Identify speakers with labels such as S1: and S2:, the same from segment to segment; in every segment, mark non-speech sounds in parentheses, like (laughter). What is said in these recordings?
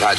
S1: got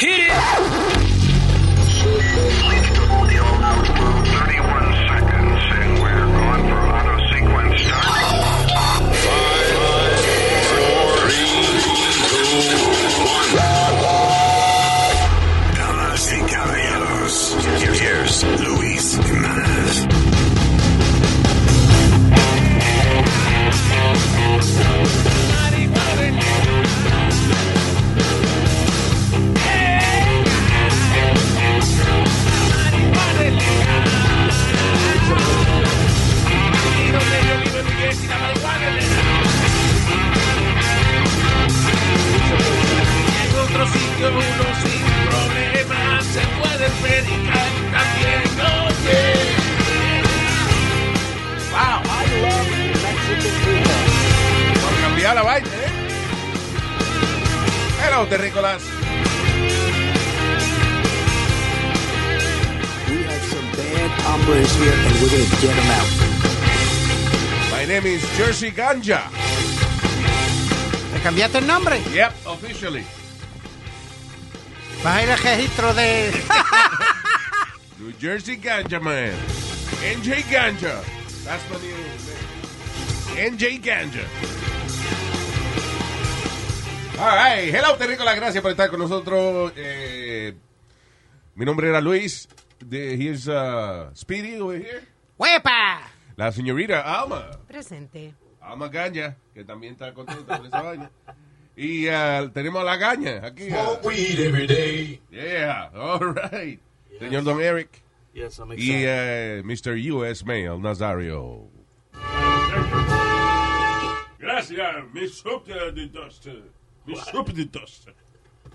S2: Hit it!
S3: Damas y caballeros, here's Luis Jimenez.
S4: En otro sitio uno sin problemas se puede predicar también. Oye. Wow.
S5: Para cambiar la vaina, ¿eh? Hello, terrícolas.
S6: We have some bad hombres here, and we're going to get 'em them out.
S5: My name is Jersey Ganja.
S7: ¿Te cambiaste el nombre?
S5: Yep, officially.
S7: Vas a ir al registro de...
S5: New Jersey Ganja Man. NJ Ganja. That's my new name. NJ Ganja. All right. Hello, terrícolas. Gracias por estar con nosotros. Eh, mi nombre era Luis. The, here's uh, Speedy over here.
S7: ¡Huepa!
S5: La señorita Alma.
S8: Presente.
S5: Alma Gaña, que también está contenta con esa vaina. Y ah, tenemos a la Gaña aquí. ah. Yeah, all right. Señor Don Eric.
S9: Yes, I'm
S5: Y
S9: excited.
S5: eh, Mr. U.S. Mail, Nazario.
S4: Gracias, mi subditoste. Mi subditoste.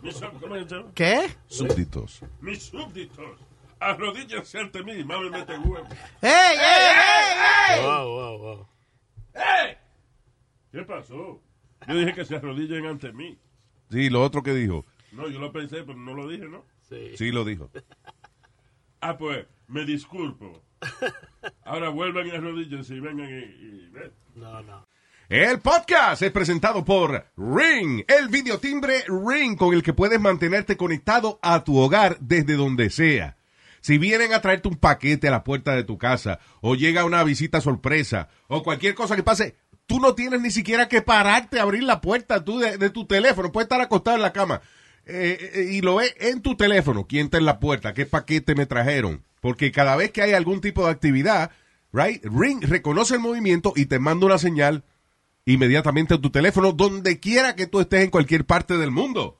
S4: Mi sub- ¿Cómo se llama?
S7: ¿Qué?
S5: Súbditos.
S4: Mis súbditos. Arrodíllense ante mí, mámenme te huevo.
S7: ¡Ey, ey, ey!
S9: Wow, wow, wow.
S4: ¿Qué pasó? Yo dije que se arrodillen ante mí.
S5: Sí, lo otro que dijo.
S4: No, yo lo pensé, pero no lo dije, ¿no?
S9: Sí.
S5: Sí, lo dijo.
S4: Ah, pues, me disculpo. Ahora vuelvan y arrodíllense y vengan y... y ven.
S9: No, no.
S5: El podcast es presentado por Ring, el videotimbre Ring con el que puedes mantenerte conectado a tu hogar desde donde sea. Si vienen a traerte un paquete a la puerta de tu casa, o llega una visita sorpresa, o cualquier cosa que pase, tú no tienes ni siquiera que pararte a abrir la puerta tú de, de tu teléfono. Puedes estar acostado en la cama eh, eh, y lo ves en tu teléfono. ¿Quién está en la puerta? ¿Qué paquete me trajeron? Porque cada vez que hay algún tipo de actividad, right, Ring reconoce el movimiento y te manda una señal inmediatamente a tu teléfono, donde quiera que tú estés en cualquier parte del mundo.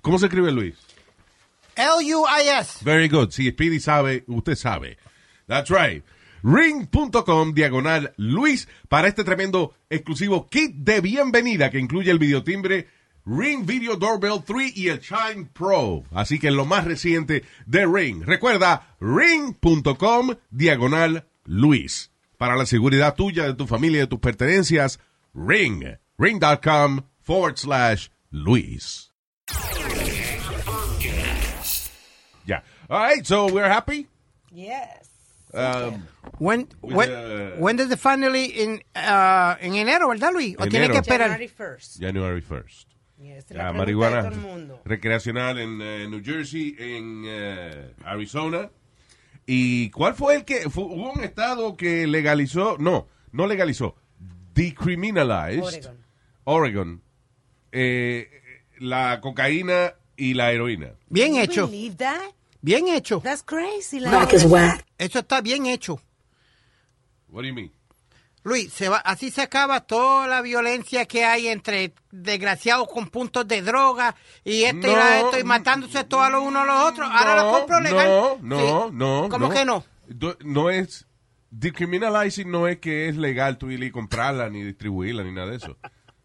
S5: ¿Cómo se escribe Luis?
S7: L-U-I-S.
S5: Very good. Si Speedy sabe, usted sabe. That's right. Ring.com diagonal Luis para este tremendo exclusivo kit de bienvenida que incluye el videotimbre Ring Video Doorbell 3 y el Chime Pro. Así que lo más reciente de Ring. Recuerda, ring.com diagonal Luis. Para la seguridad tuya, de tu familia, de tus pertenencias, Ring. Ring.com forward slash Luis. Ya. All right, so we're happy.
S8: Yes.
S5: Um,
S7: When,
S5: With,
S7: when,
S5: uh,
S7: when does the finally in, uh, en enero, ¿verdad, Luis? ¿O tienes
S5: Enero.
S7: que esperar?
S8: January 1st.
S5: January 1st.
S8: Yes,
S5: La
S8: Este, la pregunta de
S5: marihuana
S8: todo el mundo.
S5: recreacional en eh, New Jersey, en eh, Arizona. ¿Y cuál fue el que? fu- hubo un estado que legalizó, no, no legalizó, decriminalized
S8: Oregon.
S5: Oregon, eh, la cocaína y la heroína.
S7: Bien
S8: You
S7: hecho,
S8: believe that?
S7: bien hecho.
S8: That's crazy.
S2: Black
S8: Like,
S2: is whack.
S7: Eso está bien hecho.
S5: What do you mean?
S7: Luis, se va, así se acaba toda la violencia que hay entre desgraciados con puntos de droga y esto y la
S5: No,
S7: esto y matándose todos los unos a los otros. Ahora lo compro legal.
S5: No,
S7: Sí.
S5: no, no.
S7: ¿Cómo que no?
S5: Do- No es. Decriminalizing no es que es legal tú ir y comprarla, ni distribuirla, ni nada de eso.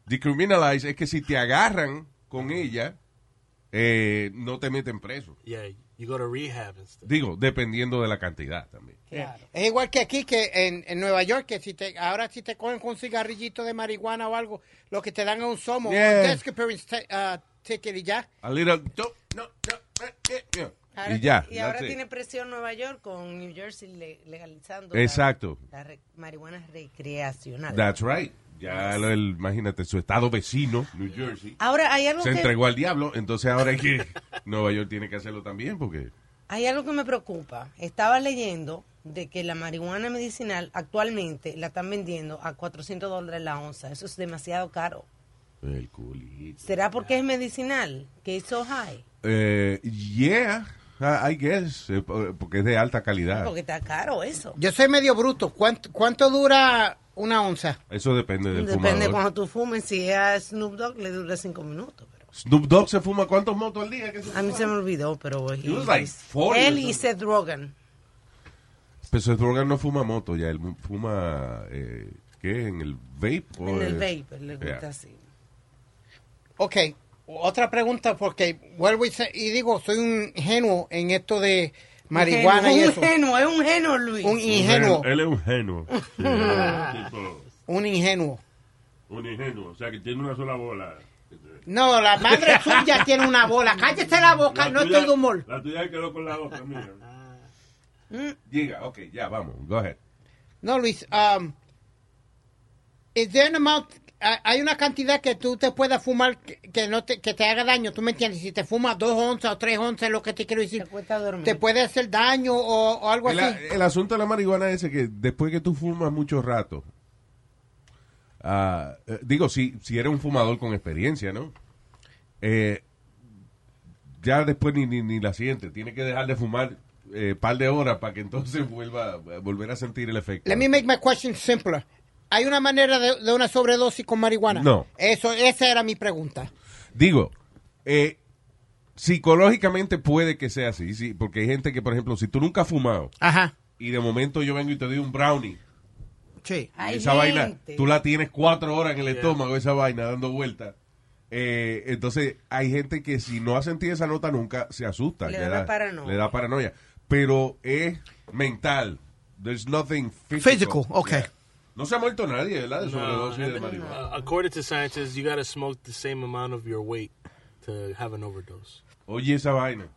S5: Decriminalize es que si te agarran con ella, eh, no te meten preso.
S1: Yeah, you go to rehab and stuff.
S5: Digo, dependiendo de la cantidad también.
S8: Claro.
S7: Eh, Es igual que aquí, que en, en Nueva York, que si te, ahora si te cogen con un cigarrillito de marihuana o algo, lo que te dan es un somo,
S5: Yeah.
S7: un desk appearance ti- ah, ticket y ya.
S5: A little- no, no, no, eh, eh, eh.
S8: Ahora-
S5: y ya.
S8: Y ahora
S5: that's it.
S8: tiene presión Nueva York con New Jersey le- legalizando la-
S5: Exacto.
S8: la, re- marihuana recreacional.
S5: That's right. Ya, lo- el- imagínate, su estado vecino, New Jersey,
S8: Ahora, hay algo,
S5: se
S8: que,
S5: entregó al diablo. Entonces ahora es que (laughs) Nueva York tiene que hacerlo también porque...
S8: hay algo que me preocupa. Estaba leyendo de que la marihuana medicinal actualmente la están vendiendo a 400 dólares la onza. Eso es demasiado caro.
S5: El culito.
S8: ¿Será porque es medicinal? Que hizo high.
S5: Eh, yeah, I I guess, eh, po- porque es de alta calidad.
S8: Porque está caro eso.
S7: Yo soy medio bruto. ¿Cuánto, cuánto dura una onza?
S5: Eso depende del
S8: Depende de
S5: fumador.
S8: cuando tú fumes. Si a Snoop Dogg le dura cinco minutos. pero-
S5: Snoop Dogg se fuma cuántos motos al día. Que
S8: A mí se me olvidó, pero...
S5: He was like 40
S8: él
S5: or something.
S8: y Seth Rogen.
S5: Pero Seth Rogen no fuma moto ya, él fuma, eh, ¿qué? ¿En el vape? o,
S8: En el
S5: eh?
S8: vapor le gusta
S5: yeah.
S8: así.
S7: Ok, otra pregunta, porque vuelvo y, se- y digo, soy un ingenuo en esto de marihuana y
S8: Ingenuo,
S7: eso.
S8: Un ingenuo, es un ingenuo, Luis.
S7: Un ingenuo,
S5: Él es un
S7: (laughs)
S5: genuo. Sí, es tipo,
S7: un ingenuo.
S5: un ingenuo, o sea que tiene una sola bola.
S7: No, la madre suya tiene una bola. Cállese la boca, no estoy de humor.
S5: La tuya se quedó con la otra, mira. Diga, ok, ya, vamos, go ahead.
S7: No, Luis, um, is there an amount- ha- hay una cantidad que tú te puedas fumar que, que no te, que te haga daño, ¿tú me entiendes? Si te fumas dos onzas o tres onzas, lo que te quiero decir,
S8: Te cuesta dormir.
S7: te puede hacer daño o, o algo
S5: El,
S7: así.
S5: el asunto de la marihuana es ese que después que tú fumas mucho rato, ah, eh, digo, si, si eres un fumador con experiencia, ¿no? Eh, ya después ni, ni, ni la siente, tiene que dejar de fumar eh, par de horas para que entonces (laughs) vuelva a volver a sentir el efecto.
S7: Let me make my question simpler. ¿Hay una manera de, de una sobredosis con marihuana?
S5: No.
S7: Eso, esa era mi pregunta.
S5: Digo, eh, psicológicamente puede que sea así, sí, porque hay gente que, por ejemplo, si tú nunca has fumado
S7: Ajá.
S5: y de momento yo vengo y te doy un brownie,
S7: Sí.
S8: Hay
S5: esa vaina,
S8: gente.
S5: tú la tienes cuatro horas en el estómago, esa vaina, dando vueltas. Eh, entonces, hay gente que si no ha sentido esa nota nunca se asusta.
S8: Le
S5: que
S8: da la paranoia.
S5: le da paranoia. Pero es mental. There's nothing physical.
S7: Physical, ok.
S5: Yeah. No se ha muerto nadie, ¿verdad? De
S1: No,
S5: sobredosis de marihuana.
S1: uh, according to scientists, you got to smoke the same amount of your weight to have an (laughs) overdose.
S5: Oye, esa vaina.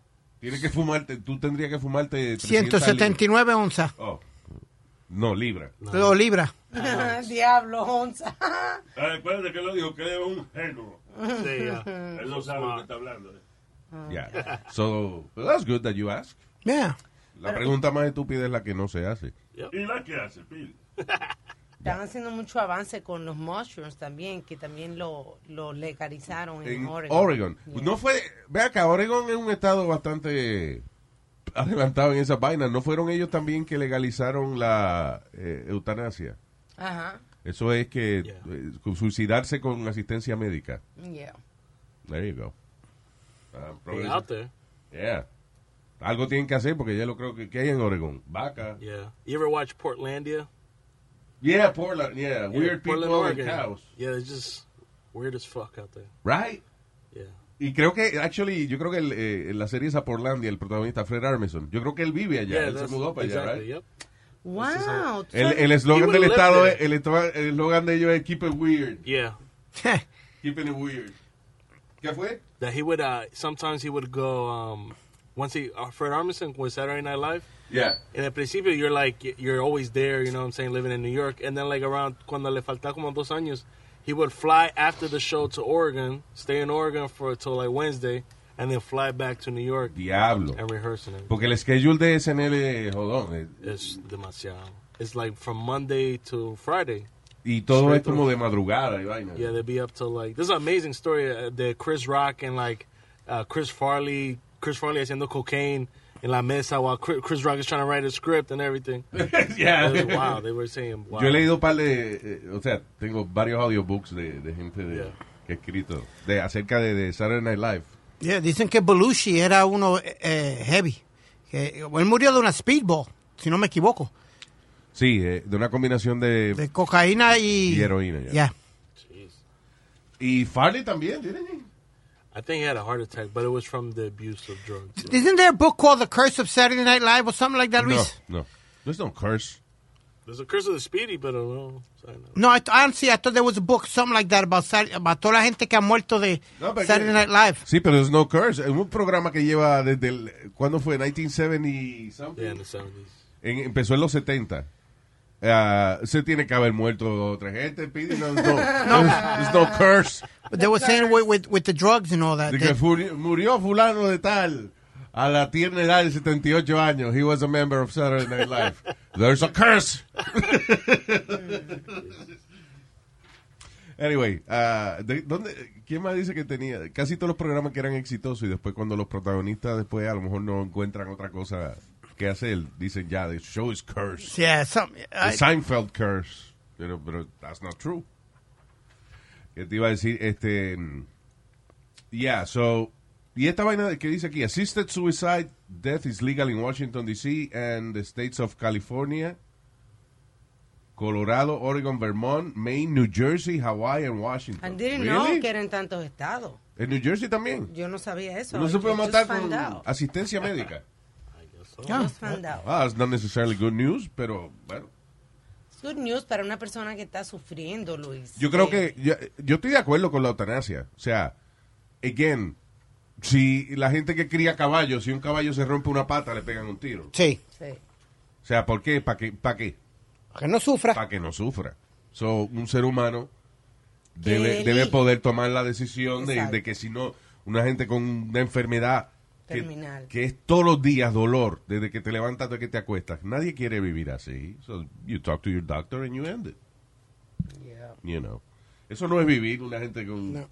S5: Tienes que fumarte, tú tendrías que fumarte 300 libras.
S7: 179 onzas.
S5: Oh. No, libra.
S7: Dos libras.
S8: (laughs) Diablo, onza. (laughs)
S4: Ah,
S5: Acuérdate que lo dijo, que es un género.
S1: Say, uh,
S5: Él no sabe lo que está hablando.
S4: eh.
S8: Ah.
S5: Yeah. So, well, that's good that you ask.
S7: Yeah. (laughs)
S5: La pregunta más estúpida es la que no se hace.
S1: Yep.
S5: ¿Y la que hace, Phil?
S8: Están haciendo mucho avance con los mushrooms también, que también lo, lo legalizaron en,
S5: En
S8: Oregon.
S5: Oregon. No fue. Ve acá, Oregon es un estado bastante adelantado en esas vainas. ¿No fueron ellos también que legalizaron la eh, eutanasia?
S8: Ajá,
S5: Eso es que
S1: Yeah.
S5: eh, suicidarse con asistencia médica.
S8: yeah.
S5: There you go. Ah,
S1: They
S5: progreso.
S1: out there.
S5: Yeah. Algo tienen que hacer porque ya lo creo que, que hay en Oregon. Vaca.
S1: Yeah. You ever watch Portlandia?
S5: Yeah, Portland. Yeah,
S1: Yeah,
S5: weird
S1: Portland,
S5: people and
S1: Oregon.
S5: cows.
S1: Yeah, it's just weird as fuck out there.
S5: Right?
S1: Yeah.
S5: Y creo que, actually, yo creo que el, eh, la serie esa Portlandia, el protagonista Fred Armisen, yo creo que él vive allá, él se
S1: that's-
S5: mudó para allá,
S1: exactly,
S5: right?
S1: Yep.
S8: Wow. ¿tú
S5: El
S8: sabes?
S5: el eslogan
S1: He
S5: del
S1: would live
S5: estado
S1: there.
S5: es, el esto- el eslogan de ellos es Keep it weird,
S1: Yeah.
S5: keeping it weird. ¿Qué fue?
S1: That he would uh sometimes he would go um once he uh, Fred Armisen was Saturday Night Live.
S5: Yeah.
S1: And at principio you're like y- you're always there, you know what I'm saying, living in New York and then like around cuando le faltaba como dos años, he would fly after the show to Oregon, stay in Oregon for till like Wednesday and then fly back to New York
S5: Diablo.
S1: and rehearsing it.
S5: Porque el schedule de SNL es jodón. eh,
S1: It's demasiado. It's like from Monday to Friday.
S5: Y todo
S1: Straight
S5: es como
S1: through.
S5: de madrugada y vaina. (laughs)
S1: Yeah, they'd be up to like this is an amazing story uh, that Chris Rock and like uh, Chris Farley, Chris Farley haciendo cocaine in La Mesa while Chris, Chris Rock is trying to write a script and everything.
S5: Yeah.
S1: It was wild. They were saying, wow.
S5: Yo he leído un par de, eh, o sea, tengo varios audiobooks de, de gente de,
S1: Yeah.
S5: que ha escrito de, acerca de, de Saturday Night Live.
S7: Yeah, dicen que Belushi era uno eh, heavy. Que, él murió de una speedball, si no me equivoco.
S5: Sí, eh, de una combinación de...
S7: De cocaína y...
S5: Y heroína, ya.
S7: Yeah.
S1: Jeez.
S5: Y Farley también, didn't he?
S1: I think he had a heart attack, but it was from the abuse of drugs.
S7: Isn't there a book called The Curse of Saturday Night Live or something like that, Luis?
S5: No, no. There's no curse.
S1: There's a curse of the speedy, but I don't know. I know.
S7: No, I, honestly, I thought there was a book, something like that, about, Sat- about toda la gente que ha muerto de
S5: No, pero
S7: Saturday
S5: que-
S7: Night Live.
S5: Sí, pero there's no curse. Es un programa que lleva desde el... ¿Cuándo fue? 1970 y something.
S1: Yeah, in the 70s.
S5: En- empezó en los 70. Ah, se tiene que haber muerto otra gente, Pidi. No, no, there's no curse.
S7: But they were saying with, with, with the drugs and all that.
S5: De
S7: that-
S5: que furi- murió fulano de tal a la tierna edad de 78 años. He was a member of Saturday Night Live. There's a curse. anyway, ah, de- ¿dónde- ¿quién más dice que tenía? Casi todos los programas que eran exitosos y después cuando los protagonistas después a lo mejor no encuentran otra cosa que hacer, dicen ya, the show is cursed.
S7: yeah, some,
S5: The
S7: I,
S5: Seinfeld curse. Pero, pero uh, that's not true. Que te iba a decir, este. mm, Yeah, so. Y esta vaina de- que dice aquí: Assisted suicide, death is legal in Washington, D.C. and the states of California, Colorado, Oregon, Vermont, Maine, New Jersey, Hawaii, and Washington.
S8: And didn't
S5: Really?
S8: know que eran tantos estados.
S5: En New Jersey también.
S8: Yo no sabía eso.
S5: No
S8: I
S5: se puede
S8: just
S5: matar
S8: found
S5: con
S8: out.
S5: asistencia médica.
S8: Just found out.
S5: Ah, it's not necessarily good news, pero bueno.
S8: It's good news para una persona que está sufriendo, Luis.
S5: Yo creo
S8: Eh,
S5: que yo, yo estoy de acuerdo con la eutanasia. O sea, again, si la gente que cría caballos, si un caballo se rompe una pata, le pegan un tiro.
S7: sí,
S8: sí.
S5: O sea, ¿por qué? ¿Para qué? ¿Para qué?
S7: que no sufra.
S5: Para que no sufra. So, un ser humano debe,
S8: Que
S5: debe
S8: elija.
S5: poder tomar la decisión de,
S8: Exacto.
S5: de que si no, una gente con una enfermedad que-
S8: Terminal.
S5: Que, es todos los días dolor, desde que te levantas hasta que te acuestas. Nadie quiere vivir así. So, you talk to your doctor and you end it.
S8: Yeah.
S5: you know. Eso no es vivir una gente con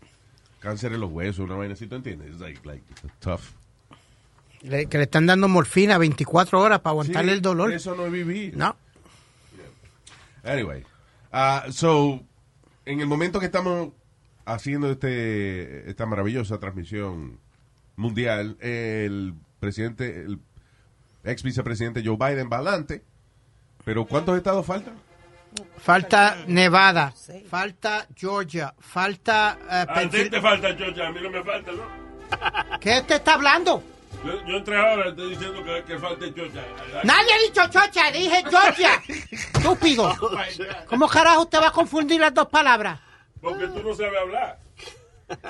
S5: cáncer en los huesos, una vaina así, ¿tú entiendes? It's like, like tough.
S7: Le- que le están dando morfina 24 horas para aguantarle
S5: Sí,
S7: el dolor.
S5: Eso no es vivir.
S7: No.
S5: Anyway, ah, so, en el momento que estamos haciendo este esta maravillosa transmisión mundial, el presidente, el ex vicepresidente Joe Biden va adelante, pero ¿cuántos estados faltan? (laughs)
S7: Falta Nevada,
S8: Sí.
S7: falta Georgia, falta... eh,
S4: A ti
S7: Pensil-
S4: te falta, Chocha, a mí no me falta, ¿no?
S7: ¿Qué te está hablando?
S4: Yo, yo en tres horas estoy diciendo que, que falta Chocha.
S7: Nadie ha dicho chocha, dije Georgia. Estúpido. ¿Cómo carajo usted va a confundir las dos palabras?
S4: Porque tú no sabes hablar.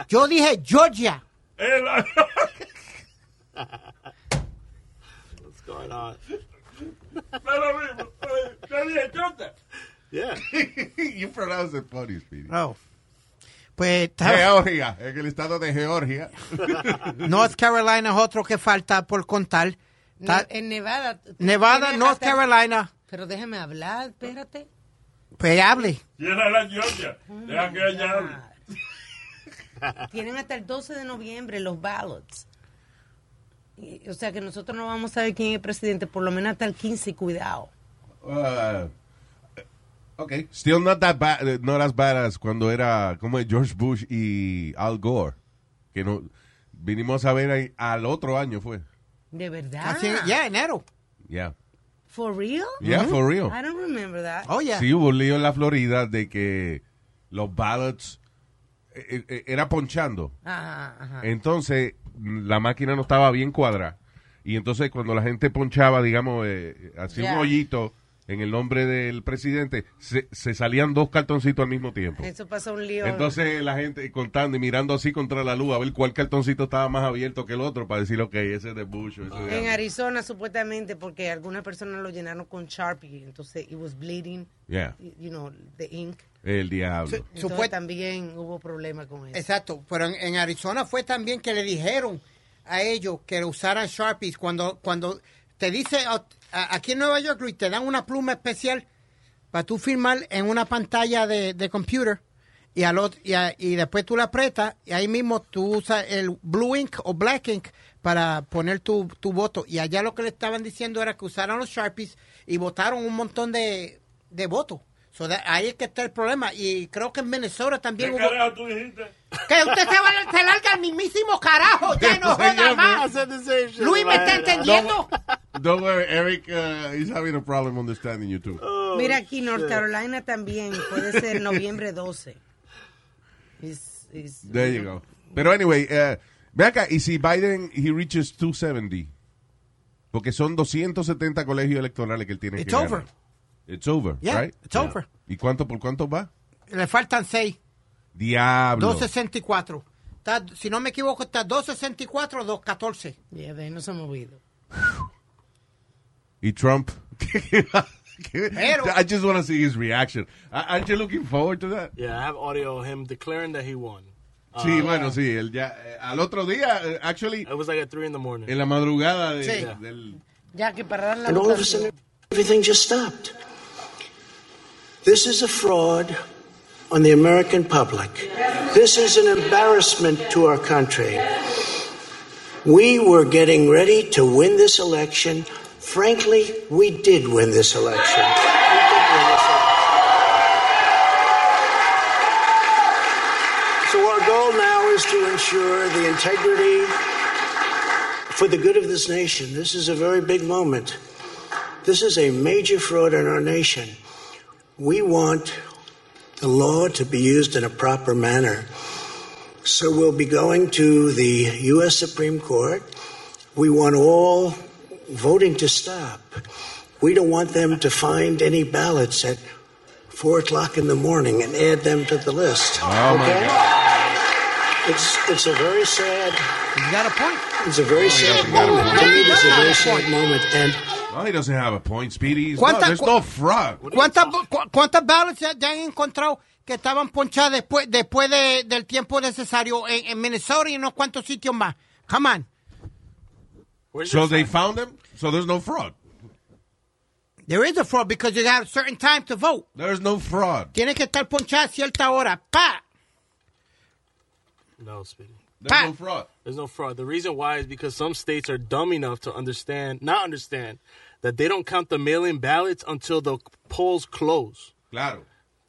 S7: Yo dije Georgia.
S4: Él- (laughs)
S1: What's going on?
S4: No es lo mismo. Yo dije Chocha.
S1: Yeah.
S5: you pronounce it funny, Speedy.
S7: No. Pues (laughs)
S5: Georgia, en el estado de Georgia.
S7: North Carolina es otro que falta por contar. Ta-
S8: Ne- en Nevada. tú- tú
S7: Nevada,
S8: tienes
S7: North
S8: hasta-
S7: Carolina.
S8: Pero déjeme hablar, espérate.
S7: Pues hable.
S4: Y él era Chocha. Deja que ella hable.
S8: (laughs) Tienen hasta el 12 de noviembre los ballots. Y- o sea que nosotros no vamos a saber quién es el presidente, por lo menos hasta el 15, cuidado.
S5: Uh, okay. Still not that bad, eh, not as bad as cuando era como George Bush y Al Gore, que no vinimos a ver ahí al otro año fue.
S8: De verdad.
S7: Así, ya, enero.
S5: Yeah.
S8: For real?
S5: Yeah, for real.
S8: I don't remember that.
S7: Oh, yeah.
S5: Sí, hubo un lío en la Florida de que los ballots eh, eh, era ponchando.
S8: Ajá,
S7: Ah.
S8: ajá.
S5: Entonces, la máquina no estaba bien cuadrada. Y entonces, cuando la gente ponchaba, digamos, eh, hacía un
S8: Ya.
S5: hoyito en el nombre del presidente, se, se salían dos cartoncitos al mismo tiempo.
S8: Eso pasó un lío.
S5: Entonces, la gente contando y mirando así contra la luz a ver cuál cartoncito estaba más abierto que el otro para decir, ok, ese es de Bush. o ese es de
S8: En
S5: Allen.
S8: Arizona, supuestamente, porque algunas personas lo llenaron con Sharpie, entonces it was bleeding,
S5: Yeah,
S8: you know, the ink.
S5: el diablo.
S8: Entonces
S7: Supuest-
S8: también hubo problemas con eso.
S7: Exacto, pero en, en Arizona fue también que le dijeron a ellos que usaran Sharpies cuando cuando te dice a- a- aquí en Nueva York Luis, te dan una pluma especial para tú firmar en una pantalla de, de computer y al ot- y, a- y después tú la apretas y ahí mismo tú usas el blue ink o black ink para poner tu, tu voto y allá lo que le estaban diciendo era que usaran los Sharpies y votaron un montón de, de votos. So that- ahí es que está el problema y creo que en Venezuela
S4: ¿Qué
S7: también hubo
S4: carajo tú dijiste?
S7: que usted se, va, se larga al mismísimo (laughs) carajo. Ya no joda
S1: I
S7: más.
S1: said the same shit.
S7: Luis me está entendiendo.
S5: Don't worry, Eric uh, is having a problem understanding you too.
S8: Mira aquí, North Carolina también puede ser noviembre 12. It's is-
S5: There you go. Pero anyway, eh, ve acá, y si Biden, he reaches 270, porque son 270 colegios electorales que él tiene
S7: It's
S5: que ganar.
S7: over.
S5: It's over,
S7: Yeah,
S5: right?
S7: it's over.
S5: ¿Y cuánto por cuánto va?
S7: Le faltan seis.
S5: Diablo.
S7: 264. Está- si no me equivoco, está 264 o 214.
S8: Yeah, de ahí nos hemos movido.
S5: Y Trump.
S7: Pero-
S5: I just want to see his reaction. A- Aren't you looking forward to that?
S1: Yeah, I have audio of him declaring that he won.
S5: sí,
S7: Ah.
S5: bueno, sí. Él ya, eh, al otro día, eh, actually,
S1: It was like at three in the morning.
S5: en la madrugada de-
S7: Sí.
S5: del...
S8: Ya que para dar la
S2: And all of a
S8: votación.
S2: sudden, everything just stopped. This is a fraud on the American public. This is an embarrassment to our country. We were getting ready to win this election. Frankly, we did win this election. We did win this election. So, our goal now is to ensure the integrity for the good of this nation. This is a very big moment. This is a major fraud in our nation. We want the law to be used in a proper manner. So we'll be going to the U.S. Supreme Court. We want all voting to stop. We don't want them to find any ballots at four o'clock in the morning and add them to the list.
S5: Oh, my
S2: It's it's a very sad
S7: You got a point.
S2: it's a
S1: Oh,
S2: very sad
S5: forgot
S2: moment.
S5: about
S2: To me, this is a very sad moment. And
S5: No, he doesn't have a point, Speedy. He's-
S7: ¿Cuánta-
S5: no, there's no fraud.
S7: ¿Cuántas, cu- cuántas ballots ya, ya han encontrado que estaban ponchadas después, después de- del tiempo necesario en, en Minnesota y en unos cuantos sitios más? Come on.
S1: Where's
S5: So
S1: your
S5: they
S1: sign?
S5: found him, so there's no fraud.
S7: There is a fraud because you have a certain time to vote.
S5: There's no fraud.
S7: Tiene que estar ponchada a cierta hora. Pa.
S1: no, Speedy.
S5: There's
S7: Pa-
S5: no fraud.
S1: There's no fraud. The reason why is because some states are dumb enough to understand, not understand, that they don't count the mail-in ballots until the polls close.
S5: Claro.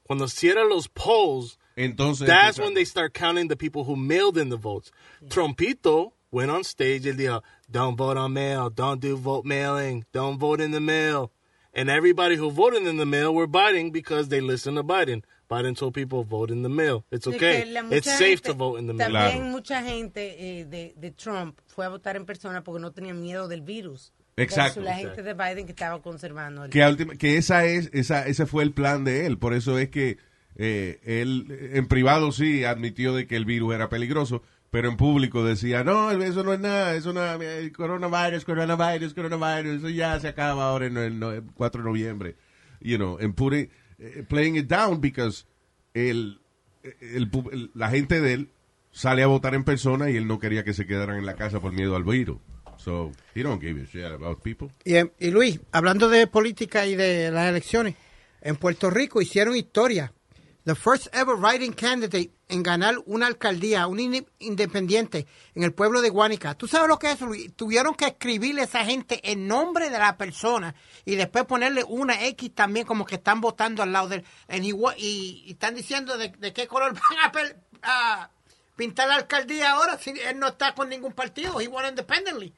S1: Cuando cierran los polls,
S5: Entonces...
S1: that's when they start counting the people who mailed in the votes. Trumpito went on stage and dijo, don't vote on mail, don't do vote mailing, don't vote in the mail. And everybody who voted in the mail were Biden because they listened to Biden. Biden told people, vote in the mail. It's
S8: de
S1: okay.
S8: que la mucha
S1: It's safe
S8: gente-
S1: to vote in the mail.
S5: Claro.
S8: También mucha gente eh, de, de Trump fue a votar en persona porque no tenía miedo del virus.
S5: Exacto.
S8: Versus La gente de Biden que estaba conservando. el-
S5: que, a última- que esa es esa ese fue el plan de él por eso es que eh, él en privado sí admitió de que el virus era peligroso pero en público decía no eso no es nada eso no eh, coronavirus coronavirus coronavirus eso ya se acaba ahora en el, no- el 4 de noviembre you know and put it- eh, playing it down because el, el pu- el- la gente de él sale a votar en persona y él no quería que se quedaran en la casa por miedo al virus so he don't give a shit about people
S7: Y, eh, y Luis, hablando de política y de las elecciones, en Puerto Rico hicieron historia. The first ever writing candidate en ganar una alcaldía, un ine- independiente en el pueblo de Guánica. ¿Tú sabes lo que es, Luis? Tuvieron que escribirle a esa gente el nombre de la persona y después ponerle una X también como que están votando al lado del... en igua- y, y están diciendo de, de qué color (laughs) van a, pel- a pintar la alcaldía ahora si él no está con ningún partido. He won independently.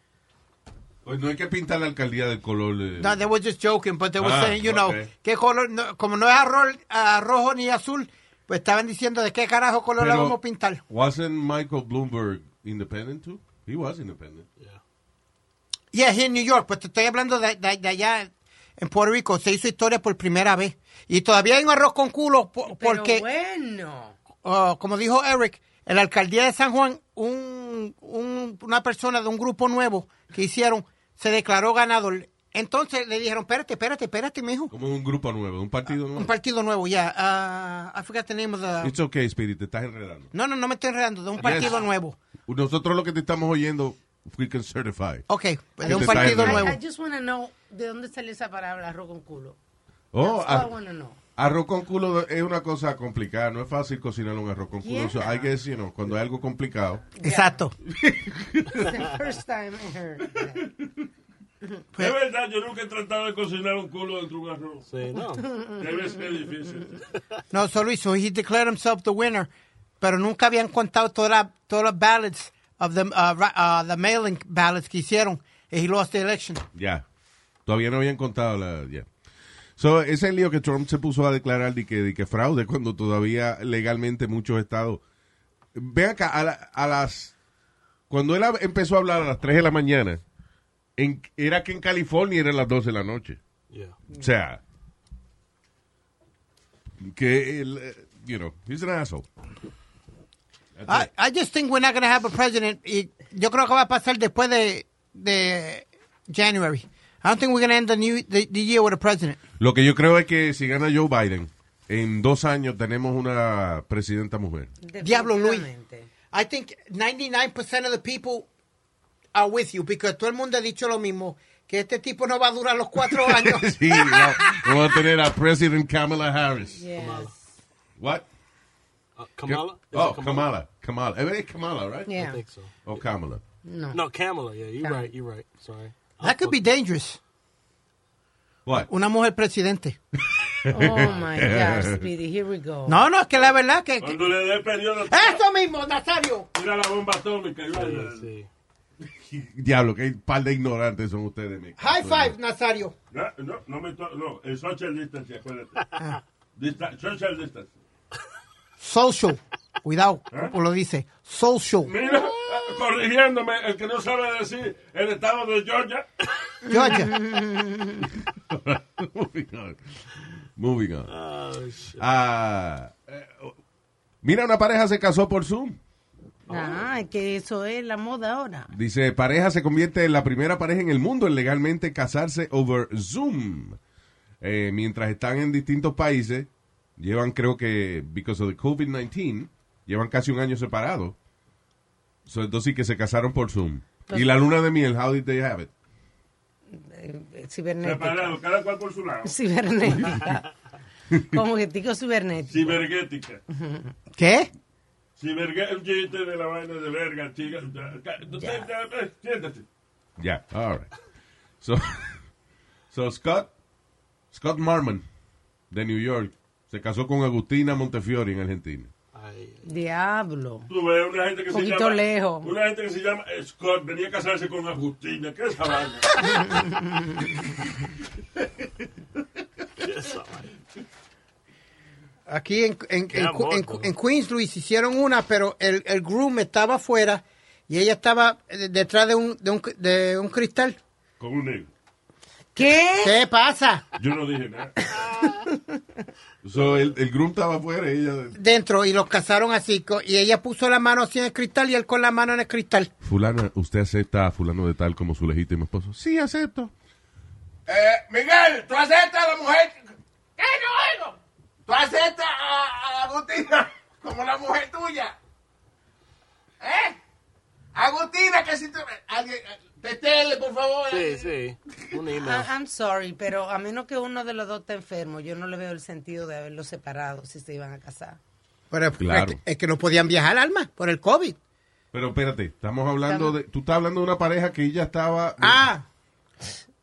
S5: Pues no hay que pintar la alcaldía del color. eh.
S7: No, they were just joking, but they were
S5: Ah,
S7: saying, you know,
S5: ok.
S7: qué color, no- como no es arroz, ah, rojo ni azul, pues estaban diciendo de qué carajo color la
S5: Pero,
S7: vamos a pintar.
S5: Wasn't Michael Bloomberg independent too? He was independent.
S7: Yeah, here in New York, pues te estoy hablando de, de- de allá en Puerto Rico, se hizo historia por primera vez. Y todavía hay un arroz con culo, po-
S8: Pero
S7: porque,
S8: bueno.
S7: oh, como dijo Eric, en la alcaldía de San Juan, un- un- una persona de un grupo nuevo que hicieron, se declaró ganador. Entonces le dijeron, espérate, espérate, espérate, mijo.
S5: Como un grupo nuevo, un partido nuevo.
S7: Ah, Un partido nuevo, ya. Ah, I forgot the name of the-
S5: It's okay, Spirit, te estás enredando.
S7: No, no, no me estoy enredando, de un partido nuevo.
S5: Nosotros lo que te estamos oyendo, we can certify.
S7: Ok, pues de
S5: Este
S7: un
S5: está
S7: partido
S5: en-
S7: nuevo.
S8: I, I just want to know de dónde salió esa palabra arroz con culo.
S5: Oh,
S8: That's
S5: ar-
S8: what I wanna know.
S5: arroz con culo es una cosa complicada. No es fácil cocinar un arroz con culo.
S8: Yeah.
S5: So I guess, you know, cuando hay algo complicado.
S7: Exacto.
S8: It's the first time I heard that.
S4: Es verdad, yo nunca he tratado de cocinar un culo dentro de un arroz.
S1: Sí, no.
S4: Debe ser difícil.
S7: No, so Luis, so he declared himself the winner, pero nunca habían contado todas las todas las ballots of the, uh, ra- uh, the mailing ballots que hicieron. Y he lost the election.
S5: Ya. Todavía no habían contado la. Ya. So, ese es el lío que Trump se puso a declarar de que, de que fraude cuando todavía legalmente muchos estados ven acá, a, la- a las. Cuando él hab- empezó a hablar a las 3 de la mañana, en- era que en California eran las 12 de la noche.
S1: Yeah.
S5: O sea. Que él. eh, You know, he's an asshole.
S7: I, I just think we're not going to have a president. Y yo creo que va a pasar después de, de January. I don't think we're going to end the, new, the, the year with a president.
S5: Lo que yo creo es que si gana Joe Biden, en dos años tenemos una presidenta mujer.
S7: Diablo, Luis.
S8: Definitivamente.
S7: I think 99% of the people are with you because todo el mundo ha dicho lo mismo, que este tipo no va a durar los
S1: (laughs)
S7: cuatro años.
S5: (laughs) Sí, va- vamos a tener a President Kamala Harris.
S8: Yes.
S5: What?
S1: Uh, Kamala? Is
S5: Oh,
S1: it
S5: Kamala. Kamala. Eh, eh, Kamala, right?
S1: I
S8: Yeah.
S1: think so.
S5: Oh, Kamala.
S1: No, Kamala. Yeah, you're right. You're right. Sorry.
S7: That could be
S1: pues.
S7: dangerous.
S5: What?
S7: Una mujer presidente.
S8: Oh my God, Speedy, here we go.
S7: No, no, es que la verdad que... que-
S4: Cuando le dé periodo,
S7: ¡Eso mismo, Nazario!
S4: tira la bomba atómica.
S1: Yeah,
S4: y-
S1: sí.
S5: Diablo, que par de ignorantes son ustedes. me cago
S7: High
S5: en-
S7: five, Nazario.
S4: No, no, no me to no, el social distancing, acuérdate. Dista- social distancing.
S7: Social. Cuidado,
S1: (laughs) ¿Eh?
S7: como lo dice. Social.
S4: Mira, eh, (laughs) corrigiéndome, el que no sabe decir el estado de Georgia.
S7: Georgia.
S5: (laughs) Moving on. Moving on.
S1: Oh, shit.
S5: Ah, eh, oh, mira, una pareja se casó por Zoom.
S8: Ah, es que eso es la moda ahora.
S5: Dice, pareja se convierte en la primera pareja en el mundo en legalmente casarse over Zoom. Eh, mientras están en distintos países, llevan creo que, because of the COVID-19, llevan casi un año separados. So, entonces sí que se casaron por Zoom. Y la luna de miel, how did they have it?
S8: Eh, Cibernética.
S4: Separado, cada cual por su
S8: (laughs)
S4: lado.
S8: Cibernética. Con objetivo cibernético.
S4: Ciberguética.
S7: ¿Qué?
S4: Cibergue el chiste de la vaina de verga, chica. Ya, ca- usted- ya, eh, Siéntate.
S5: Yeah, all right. So, (laughs) so Scott, Scott Marmon, de New York, se casó con Agustina Montefiori en Argentina.
S1: Ay,
S8: Diablo.
S4: Tú ves una gente que se
S8: Poquito
S4: llama.
S8: lejos.
S4: Una gente que se llama Scott. Venía a casarse con Agustina. ¿Qué es esa vaina?
S7: Aquí en, en,
S1: Qué
S7: en,
S1: amor,
S7: en-
S1: tú.
S7: en Queens, Luis, hicieron una, pero el, el groom estaba afuera y ella estaba eh, detrás de un, de un, de un cristal.
S4: Con un negro.
S8: ¿Qué?
S7: ¿Qué pasa?
S4: Yo no dije nada.
S5: So, el, el groom estaba afuera y ella...
S7: Dentro y los casaron así. co- Y ella puso la mano así en el cristal y él con la mano en el cristal.
S5: Fulana, ¿usted acepta a fulano de tal como su legítimo esposo? Sí, acepto. Miguel, ¿tú aceptas a la mujer? ¿Qué no oigo? ¿Tú aceptas a, Agustina como la mujer tuya? ¿Eh? Agustina, que si te...
S7: eh,
S5: Tetele, por favor.
S1: sí, sí. Un email.
S8: I- I'm sorry, pero a menos que uno de los dos esté enfermo, yo no le veo el sentido de haberlos separado si se iban a casar.
S7: Pero pues, es-
S5: Claro.
S7: es, que, es que no podían viajar, Alma, por el COVID.
S5: Pero espérate, estamos hablando de... Tú estás hablando de una pareja que ella estaba... eh,
S7: Ah,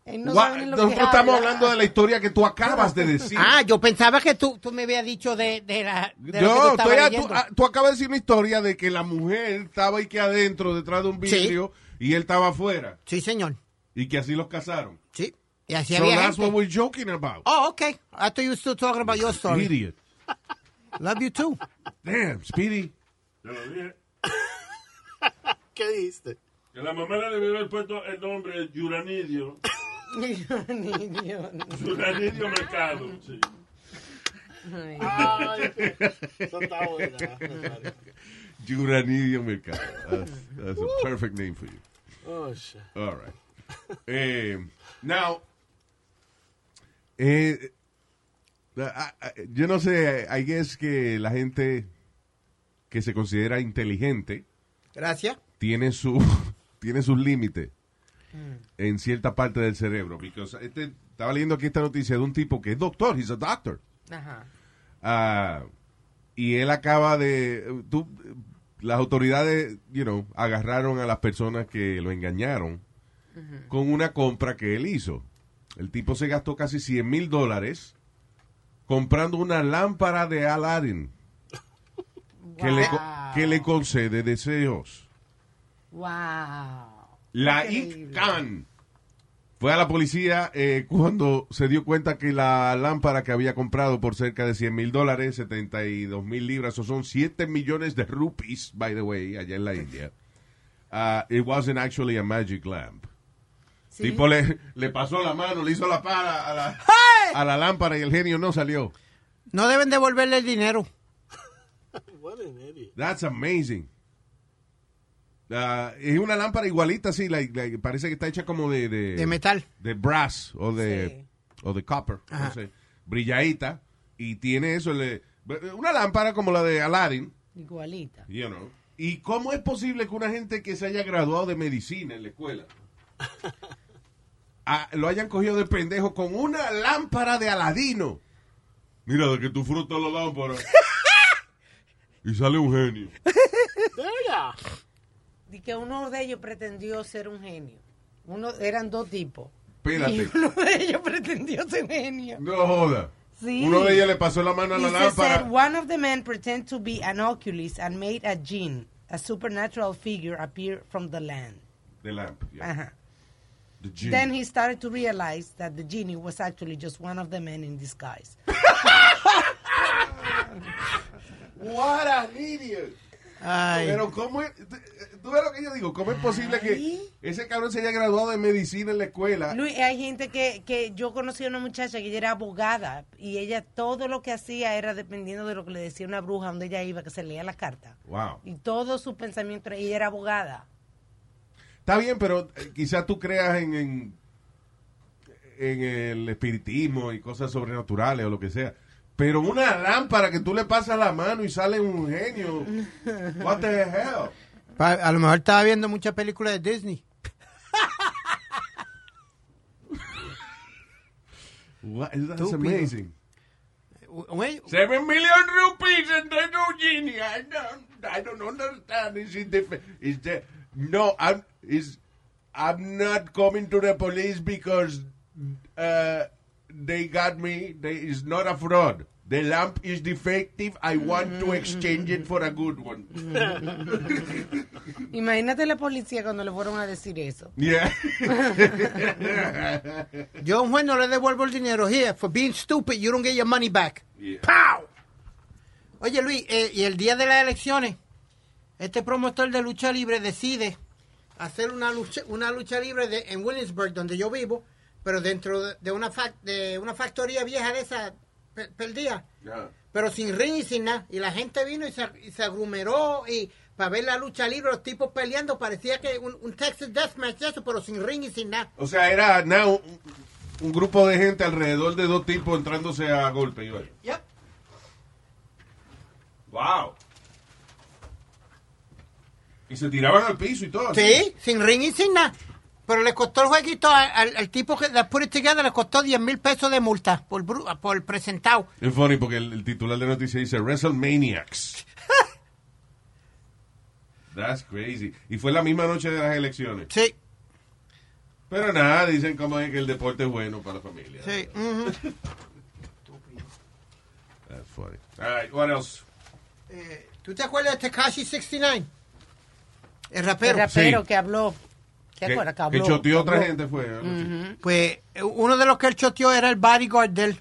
S8: Él no
S5: Gua-
S8: sabe ni lo que
S5: Nosotros estamos
S8: habla.
S5: hablando de la historia que tú acabas de decir.
S7: ah, yo pensaba que tú, tú me habías dicho de, de la... De lo que
S5: Yo,
S7: tú estabas
S5: estoy a- tú,
S7: leyendo.
S5: a- tú acabas de decir una historia de que la mujer estaba ahí que adentro, detrás de un
S7: Sí.
S5: vidrio, y él estaba afuera,
S7: Sí, señor.
S5: y que así los casaron.
S7: Sí. Y así
S5: so
S7: había
S5: that's
S7: gente.
S5: what we're joking about.
S7: Oh, okay. I thought you were still talking about your story.
S5: Idiot.
S7: Love you too.
S5: Damn, Speedy.
S4: Te lo dije.
S1: ¿Qué dijiste?
S4: Que la mamá le debió haber puesto el nombre Yuranidio. (laughs)
S8: Ni Dios, ni-
S4: Yuranidio Mercado. Sí.
S8: ay.
S2: (laughs)
S1: Eso está buena.
S5: Yuranidio Mercado. That's, that's a perfect name for you.
S1: Oh, shit.
S5: All right. Eh, now, eh, ah, ah, yo no sé, I guess que la gente que se considera inteligente
S7: Gracias.
S5: tiene su (laughs) tiene sus límites en cierta parte del cerebro. Because este, estaba leyendo aquí esta noticia de un tipo que es doctor, he's a doctor.
S8: Ajá.
S5: Ah, y él acaba de... tú- las autoridades, you know, agarraron a las personas que lo engañaron con una compra que él hizo. El tipo se gastó casi 100 mil dólares comprando una lámpara de Aladdin que, le, co-
S8: Wow.
S5: que le concede deseos.
S8: Wow.
S5: La
S8: Increíble.
S5: It Can Fue a la policía eh, cuando se dio cuenta que la lámpara que había comprado por cerca de 100 mil dólares, 72 mil libras, o son 7 millones de rupees, by the way, allá en la India. Ah, it wasn't actually a magic lamp.
S8: Sí.
S5: Tipo le, le pasó la mano, le hizo la para a la, a la lámpara y el genio no salió.
S7: No deben devolverle el dinero.
S1: What an idiot.
S5: That's amazing. Ah, es una lámpara igualita, así, like- like, parece que está hecha como de... De,
S7: De metal.
S5: De brass o de, o de copper, no sé, brilladita. Y tiene eso, le- una lámpara como la de Aladdin,
S8: Igualita.
S5: you know. ¿Y cómo es posible que una gente que se haya graduado de medicina en la escuela ah, lo hayan cogido de pendejo con una lámpara de Aladino? Mira, de que tú frutas la
S8: (laughs)
S5: lámpara y sale un genio.
S1: There
S8: Y que uno de ellos pretendió ser un genio. Uno, eran dos tipos. Y (laughs)
S5: Espérate.
S8: uno de ellos pretendió ser genio.
S5: No joda.
S8: Sí.
S5: Uno de ellos le pasó la mano a la
S8: Dice,
S5: lámpara.
S8: said, one of the men pretend to be an oculist and made a jinn, a supernatural figure, appear from the land.
S5: The lamp. yeah.
S8: Ajá.
S5: The genie.
S8: Then he started to realize that the genie was actually just one of the men in disguise.
S5: What an idiot.
S7: Ay.
S5: Pero cómo es, tú ves lo que yo digo, cómo es posible que ese cabrón se haya graduado de medicina en la escuela.
S8: Luis, hay gente que, que yo conocí a una muchacha que ella era abogada y ella todo lo que hacía era dependiendo de lo que le decía una bruja donde ella iba, que se leía la carta.
S5: Wow.
S8: Y todo su pensamiento, era- ella era abogada.
S5: Está bien, pero eh, quizás tú creas en, en, en el espiritismo y cosas sobrenaturales o lo que sea. Pero una lámpara que tú le pasas la mano y sale un genio. What the hell?
S7: Pa- A lo mejor estaba viendo muchas películas de Disney.
S5: What- that's
S7: Estúpido.
S5: amazing.
S7: U- güey,
S5: Seven million rupees and there's no genie. I don't, I don't understand. Is it different? Is the no? I'm is I'm not coming to the police because uh, they got me. They is not a fraud. The lamp is defective. I want to exchange it for a good one.
S8: Imagínate la policía cuando le fueron a decir eso.
S5: (laughs) (laughs) Yeah.
S7: Yo a un juez no le devuelvo el dinero. Here, for being stupid, you don't get your money back. Oye, Luis, eh, y el día de las elecciones, este promotor de lucha libre decide hacer una lucha, una lucha libre de- en Williamsburg, donde yo vivo, pero dentro de, de una, fac- de una factoría vieja de esa pe- perdida, pero sin ring y sin nada. Y la gente vino y se, y se aglomeró y para ver la lucha libre, los tipos peleando, parecía que un, un Texas Deathmatch, eso, pero sin ring y sin nada.
S5: O sea, era now un, un grupo de gente alrededor de dos tipos entrándose a golpe. Iván.
S7: Yep.
S5: Wow. Y se tiraban al piso y todo.
S7: Sí, sin ring y sin nada. Pero le costó el jueguito a- al, al tipo que la put it together, le costó 10 mil pesos de multa por, bru- por presentado.
S5: Es funny porque el, el titular de noticia dice
S7: (laughs)
S5: WrestleManiacs. That's crazy. Y fue la misma noche de las elecciones.
S7: Sí,
S5: Pero nada, dicen como es que el deporte es bueno para la familia.
S7: sí. ujú.
S5: That's funny. All right, what else?
S7: (laughs) Eh, ¿Tú te acuerdas de Tekashi 69? El rapero.
S8: El rapero
S5: sí.
S8: que habló. ¿Te
S5: Que,
S8: acuerdas? Que
S5: que
S8: habló.
S5: choteó otra gente fue. algo así.
S7: Pues eh, uno de los que él choteó era el bodyguard de él.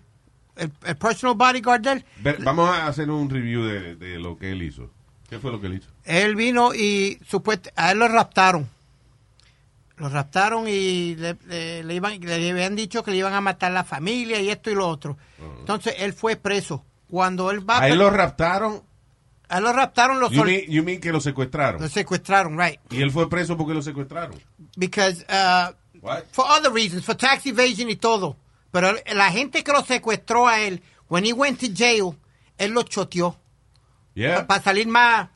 S7: El, el personal bodyguard de él.
S5: Ver, vamos a hacer un review de, de lo que él hizo. ¿Qué fue lo que él hizo?
S7: Él vino y supuesto, a él lo raptaron. Lo raptaron y le, le- le iban, le habían dicho que le iban a matar la familia y esto y lo otro. Entonces él fue preso. Cuando él va
S5: A él lo raptaron.
S7: a él lo raptaron, lo,
S5: You
S7: sol-
S5: mean, you mean que lo secuestraron.
S7: lo secuestraron, right?
S5: Y él fue preso porque lo secuestraron.
S7: Because uh,
S5: What?
S7: for other reasons, for tax evasion y todo. Pero él- la gente que lo secuestró a él, when he went to jail, él lo choteó
S5: Yeah.
S7: para salir más,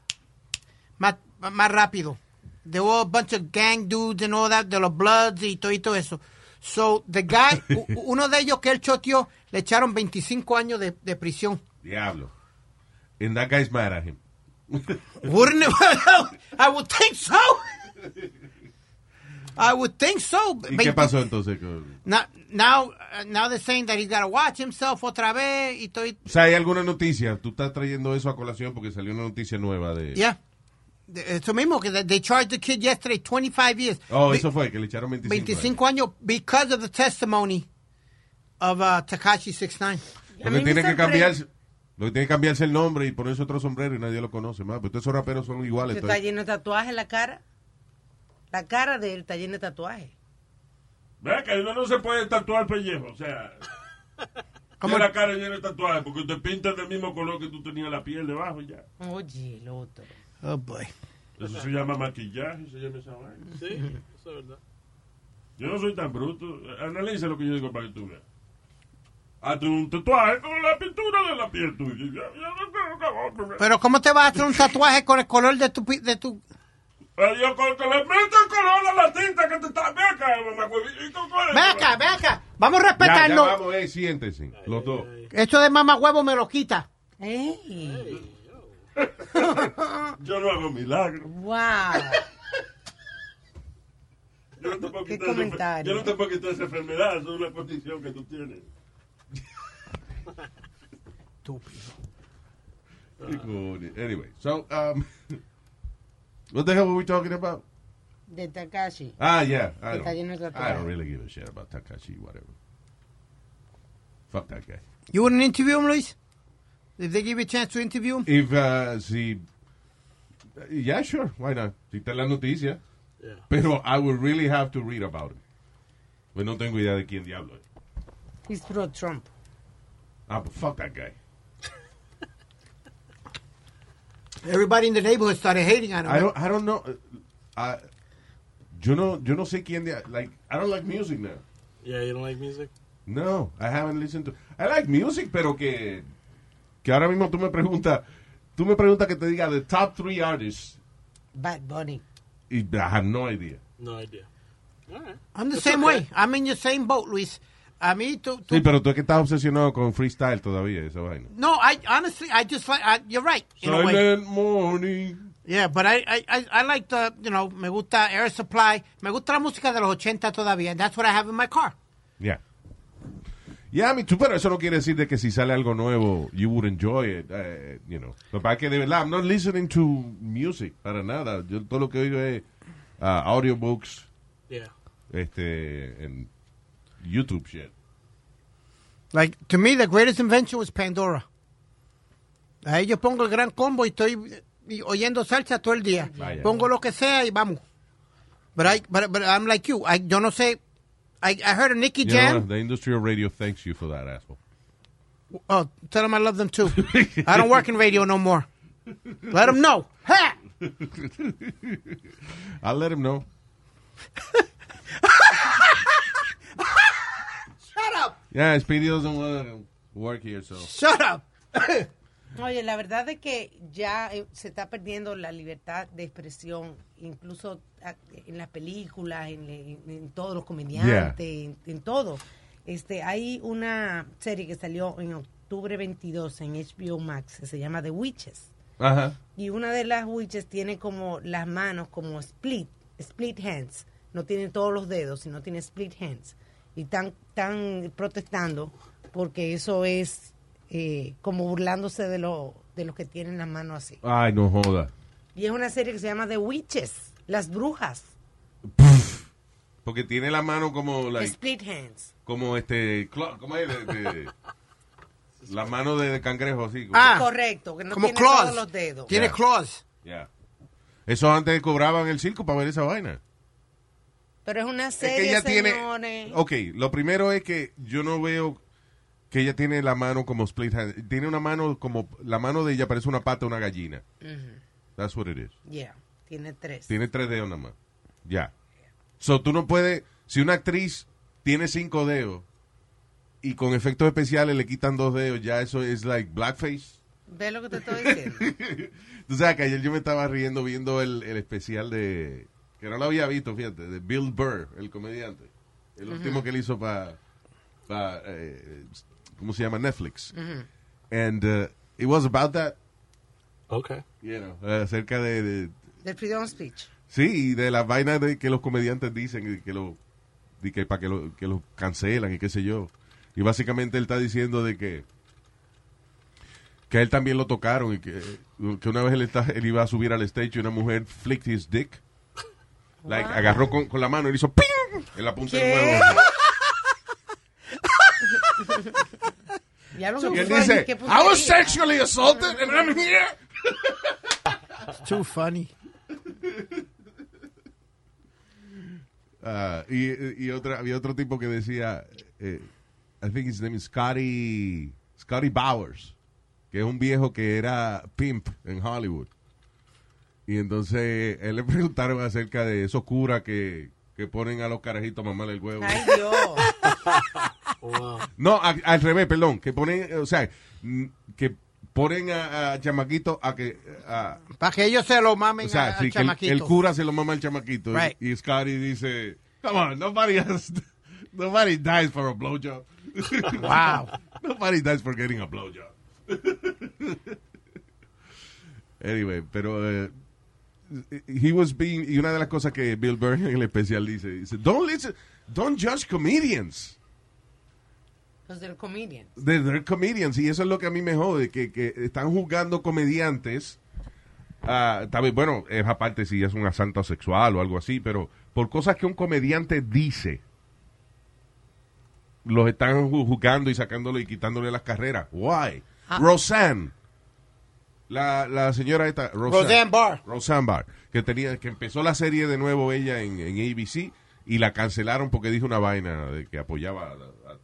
S7: más, más rápido. There were a bunch of gang dudes and all that, de los Bloods y todo, y todo eso. So, the guy, u- u- uno de ellos que él choteó, le echaron 25 años de, de prisión.
S5: Diablo. And that guy's mad at him.
S7: Wouldn't it, I would think so. I would think so.
S5: ¿Y qué pasó entonces? con-
S7: Now, now, uh, now they're saying that he's got to watch himself otra vez y todo. y-
S5: O sea, ¿hay alguna noticia? Tú estás trayendo eso a colación porque salió una noticia nueva de,
S7: Yeah. de- Esto mismo, que they they charged the kid yesterday 25 years.
S5: Oh,
S7: Be-
S5: eso fue, que le echaron 25. años.
S7: 25 años because of the testimony of uh, Takashi 69.
S5: Lo
S8: A
S5: que
S8: mí me
S5: tiene que
S8: sorprende-
S5: cambiarse. Lo que tiene que cambiarse el nombre y ponerse otro sombrero y nadie lo conoce más. Pero todos esos raperos son iguales.
S8: Está
S5: todos.
S8: lleno de tatuajes la cara. La cara de él está llena de tatuajes.
S4: Vea que uno no se puede tatuar pellejo, o sea.
S7: ¿Cómo?
S4: Tiene la cara llena de tatuajes porque te pintas del mismo color que tú tenías la piel debajo y ya.
S8: Oye, el otro.
S7: Oh boy.
S4: Eso se llama maquillaje, se llama esa vaina.
S1: Sí, eso es verdad.
S4: Yo no soy tan bruto. Analiza lo que yo digo para que tú veas. Hazte un tatuaje con la pintura de la piel tuya. Ya, ya, ya, ya, ya.
S7: Pero ¿cómo te vas a hacer un tatuaje con el color de tu... pi- De tu...
S4: Pero yo con que le meto el color a la tinta que te está. Ve acá, mamacuevi- ¿y tú cuál es?
S7: Ve acá, ve acá. Vamos a
S5: Ya, ya
S7: respetarnos.
S5: vamos, eh, siéntense, los dos.
S7: Esto de mamá huevo me lo quita.
S8: ¡Ey!
S4: Yo no hago milagros.
S8: ¡Wow!
S4: Yo no te puedo
S8: ¿Qué
S4: quitar esa enfer-
S8: comentario?
S4: Yo no te puedo quitar esa enfermedad, eso es una condición que tú tienes.
S5: Qué cojones. Ah. Anyway, so, um, (laughs) what the hell were we talking about?
S8: De Takashi.
S5: Ah, yeah. I
S8: Está lleno
S5: don't,
S8: de
S5: I don't
S8: tatuajes.
S5: really give a shit about Takashi, whatever. Fuck that guy.
S7: You wouldn't interview him, Luis? If they give you a chance to interview him?
S5: If, uh, si... Yeah, sure, why not? Si está en la noticia.
S1: Yeah.
S5: Pero I would really have to read about it. Pues no tengo idea de quién diablo es.
S8: He's pro Trump.
S5: Ah, but fuck that guy.
S7: Everybody in the neighborhood started hating on him.
S5: I don't, I don't know. uh, I, yo, no, yo no sé quién... dia- Like, I don't like music now.
S1: Yeah, you don't like music?
S5: No, I haven't listened to. I like music, pero que que ahora mismo tú me preguntas, tú me preguntas que te diga the top three artists
S8: Bad Bunny.
S5: y I have no idea.
S1: No idea. All right.
S7: I'm the same way. I'm in your same boat, Luis. A mí, tú... tú
S5: Sí, pero tú es que estás obsesionado con freestyle todavía esa vaina.
S7: No, I honestly, I just like... I, you're right, in a way.
S5: Silent morning.
S7: Yeah, but I, I, I, I like the, you know, me gusta Air Supply. Me gusta la música de los 80 todavía. And that's what I have in my car.
S5: Yeah. Yeah, me too, pero eso no quiere decir de que si sale algo nuevo, you would enjoy it, eh, you know. Lo que pasa es que de verdad, I'm not listening to music para nada. Yo todo lo que oigo es ah, audiobooks,
S1: Yeah.
S5: este, en YouTube shit.
S7: Like, to me, the greatest invention was Pandora. Ahí yo pongo el gran combo y estoy y- oyendo salsa todo el día.
S5: Vaya.
S7: Pongo lo que sea y vamos. But, I, but, but I'm like you. I, yo no sé. I, I heard a Nicky
S5: You know
S7: Jam.
S5: what? the industry of radio thanks you for that, asshole.
S7: Oh, tell them I love them too. I don't work in radio no more. Let them know. Ha!
S5: I'll let him know.
S7: Shut up.
S5: Yeah, Speedy doesn't want to work here, so.
S7: Shut up.
S8: Oye, la verdad es que ya eh, se está perdiendo la libertad de expresión, incluso ah, en las películas, en, le- en todos los comediantes, en, en todo. Este, hay una serie que salió en octubre 22 en HBO Max, que se llama The Witches.
S5: Ajá.
S8: Y una de las witches tiene como las manos como split, split hands. No tiene todos los dedos, sino tiene split hands. Y están, están protestando porque eso es eh, como burlándose de, lo, de los que tienen las manos así.
S5: Ay, no joda.
S8: Y es una serie que se llama The Witches, las brujas,
S5: Porque tiene la mano como, like,
S8: split hands.
S5: como este, clo- ¿cómo es? De- de- la mano de, de cangrejo, así. como-
S7: Ah,
S8: Correcto, que no
S7: como
S8: tiene
S7: claws.
S8: todos los dedos.
S7: Tiene
S5: Yeah.
S7: claws.
S5: Yeah. Eso antes cobraban el circo para ver esa vaina.
S8: Pero es una
S5: es que
S8: serie,
S5: ella
S8: señores.
S5: tiene. Ok, lo primero es que yo no veo que ella tiene la mano como split hand. Tiene una mano como. La mano de ella parece una pata de una gallina. That's what it is.
S8: Yeah, tiene tres.
S5: Tiene tres dedos nada más. Ya. So tú no puedes. Si una actriz tiene cinco dedos y con efectos especiales le quitan dos dedos, ya eso es like blackface.
S8: ¿Ves lo que te estoy
S5: (laughs)
S8: diciendo?
S5: Tú sabes que ayer yo me estaba riendo viendo el, el especial de. que no lo había visto, fíjate, de Bill Burr, el comediante. El último que él hizo para. ¿Cómo se llama? Netflix. And uh, it was about that,
S1: Okay.
S5: you know, acerca de- de,
S8: Del freedom of speech.
S5: Sí, y de las vainas de que los comediantes dicen y que lo y que para que lo, que lo cancelan y qué sé yo. Y básicamente él está diciendo de que Que a él también lo tocaron y que, que una vez él, está- él iba a subir al stage y una mujer flicked his dick. Like, agarró con, con la mano y hizo ¡ping! en la punta del huevo.
S8: Ya lo
S5: Y
S8: que
S5: él
S8: fue,
S5: dice,
S8: qué
S5: I
S8: puntería.
S5: was sexually assaulted and I'm here.
S9: It's too funny.
S5: Ah, y, y otra, había otro tipo que decía, eh, I think his name is Scotty, Scotty Bowers, que es un viejo que era pimp en Hollywood. Y entonces él le (laughs) preguntaron acerca de esos curas que, que ponen a los carajitos a mamarle el huevo.
S8: Ay, Dios.
S5: No, a- al revés, perdón, que ponen, eh, o sea, mm, que ponen a, a chamaquito a que... a-
S7: Para que ellos se lo mamen
S5: o sea, sí,
S7: a- al
S5: que el,
S7: chamaquito.
S5: el cura se lo mama al chamaquito. y-
S7: Right.
S5: Y, Scotty dice, come on, nobody has, (laughs) nobody dies for a blowjob. (laughs)
S9: Wow.
S5: Nobody dies for getting a blowjob. (laughs) anyway, pero eh, he was being y una de las cosas que Bill Burr en el especial dice, dice, don't listen, don't judge comedians.
S8: (laughs) Los del comedian.
S5: They're, they're comedians y eso es lo que a mí me jode, que, que están juzgando comediantes. ah, tal vez, bueno, es aparte si es un asalto sexual o algo así, pero por cosas que un comediante dice, los están ju- juzgando y sacándole y quitándole las carreras. Why? Roseanne. La, la señora esta, Roseanne,
S7: Roseanne Barr.
S5: Roseanne Barr, que, tenía, que empezó la serie de nuevo ella en, en ABC y la cancelaron porque dijo una vaina de que apoyaba a, a-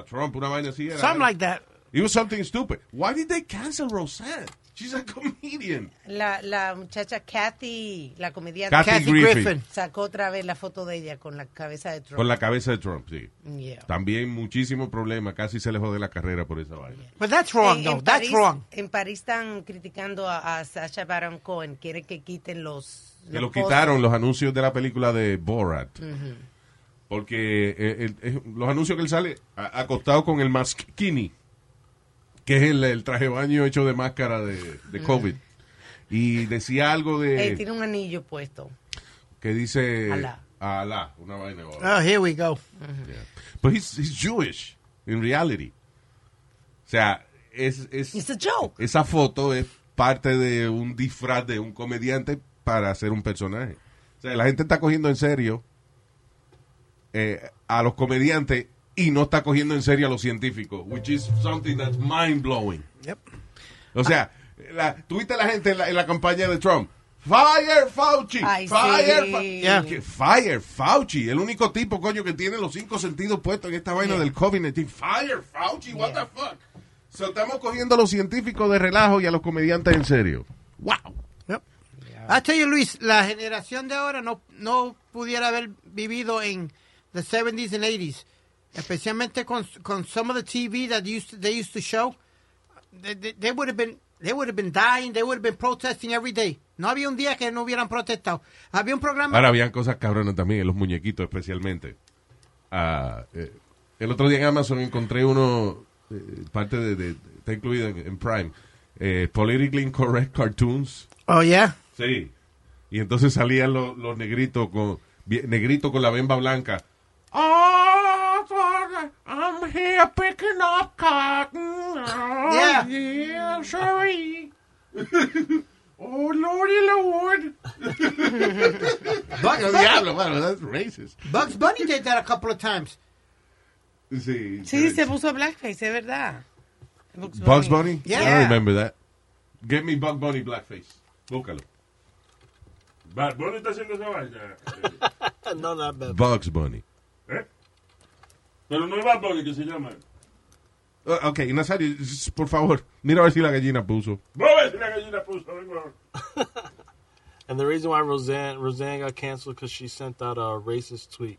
S5: a Trump, una vaina así. era.
S9: Something like that.
S5: It was something stupid. Why did they cancel Roseanne? She's a comedian.
S8: La, la muchacha Kathy, la comediante,
S5: Kathy
S9: Kathy
S5: Griffin.
S9: Griffin.
S8: sacó otra vez la foto de ella con la cabeza de Trump.
S5: Con la cabeza de Trump, sí.
S8: Yeah.
S5: También muchísimo problema. Casi se le jode la carrera por esa vaina.
S9: But that's wrong,
S8: En-
S9: though.
S8: en
S9: That's
S8: París-
S9: wrong.
S8: En París están criticando a, a Sacha Baron Cohen. Quieren que quiten los.
S5: Que lo
S8: pósters.
S5: quitaron los anuncios de la película de Borat. Porque eh, el- eh, los anuncios que él sale a- acostado con el maskini, que es el, el traje de baño hecho de máscara de, de COVID. Y decía algo
S8: Eh,
S5: de
S8: tiene un anillo puesto.
S5: que dice
S8: Alá. Ah.
S5: Alá, una vaina. o algo.
S9: Oh, here we go.
S5: But he's, he's Jewish, in reality. O sea, es, es-
S8: It's a joke.
S5: esa foto es parte de un disfraz de un comediante para hacer un personaje. O sea, la gente está cogiendo en serio eh, a los comediantes y no está cogiendo en serio a los científicos, which is something that's mind blowing.
S9: Yep.
S5: O sea, la, tuviste la gente en la, en la campaña de Trump. Fire Fauci.
S8: Ay,
S5: fire,
S8: sí.
S5: Fa-
S8: Yeah.
S5: que Fire Fauci. El único tipo, coño, que tiene los cinco sentidos puestos en esta vaina del COVID-19. Fire Fauci. What the fuck. So, estamos cogiendo a los científicos de relajo y a los comediantes en serio. Wow.
S9: Yep. I tell you, Luis, la generación de ahora no, no pudiera haber vivido en the 70s and 80s, especialmente con, con some of the TV that used to, they used to show. They, they, they would have been they would have been dying, they would have been protesting every day. No había un día que no hubieran protestado. Había un programa
S5: Ahora habían cosas cabronas también, en los muñequitos especialmente. Ah, eh, el otro día en Amazon encontré uno, eh, parte de, de- está incluido en, en Prime, eh, Politically Incorrect Cartoons.
S9: Oh yeah.
S5: Sí. Y entonces salían los, los negritos con vie- negrito con la bemba blanca. Oh, fuck, I'm here picking up cotton. Oh, (laughs)
S9: Yeah.
S5: yeah, sorry. oh, lordy lord.
S9: Bugs, Bunny,
S5: diablo, mano, that's racist.
S9: Bugs Bunny did that a couple of times.
S5: Sí.
S8: Sí, se puso blackface, es verdad.
S5: Bugs Bunny?
S9: Yeah.
S5: I remember that. Get me Bugs Bunny blackface. Búscalo.
S4: Bad Bunny está haciendo esa vaina. Eh,
S2: Uh,
S1: no, not bad.
S5: Bugs Bunny.
S4: ¿eh? Pero no es Bad Bunny que se llama.
S5: Ah, ok, Nazario, s- por favor, mira a ver si la gallina puso.
S4: Vamos a ver si la gallina puso. vengo ahora.
S1: And the reason why Roseanne Roseanne got canceled because she sent out a racist tweet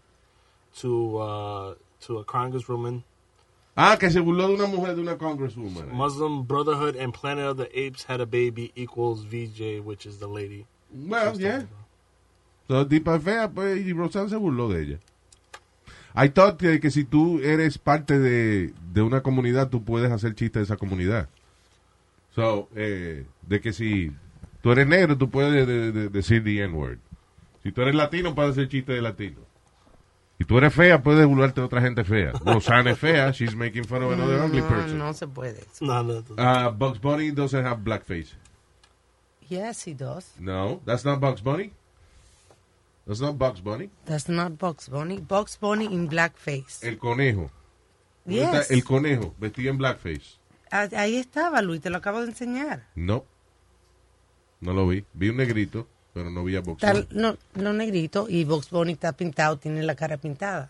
S1: to uh, to a congresswoman,
S5: Ah, que se burló de una mujer, de una congresswoman.
S1: Muslim Brotherhood, and Planet of the Apes had a baby equals VJ, which is the lady.
S5: Well, Oh, yeah. So, tipa fea, pues, y Rosanne se burló de ella. I thought que, que si tú eres parte de, de una comunidad, tú puedes hacer chiste de esa comunidad. So, eh, de que si tú eres negro, tú puedes de- de- de- decir the N-word. Si tú eres latino, puedes hacer chiste de latino. Si tú eres fea, puedes burlarte de otra gente fea. Rosanne es fea, she's making fun of another ugly
S8: No,
S5: person.
S8: no se puede.
S1: No, no, no.
S5: Uh, Bugs Bunny doesn't have blackface.
S8: Yes, he does.
S5: No, that's not Bugs Bunny. That's not Bugs Bunny.
S8: That's not Box Bunny. Box Bunny in blackface.
S5: El conejo. ¿Dónde está
S8: Yes.
S5: Eh, El conejo, vestido en blackface.
S8: Ah, Ahí estaba, Luis, te lo acabo de enseñar.
S5: No. No lo vi. Vi un negrito, pero no vi a Bugs
S8: Está-
S5: Bunny.
S8: no, no negrito y Box Bunny está pintado, tiene la cara pintada.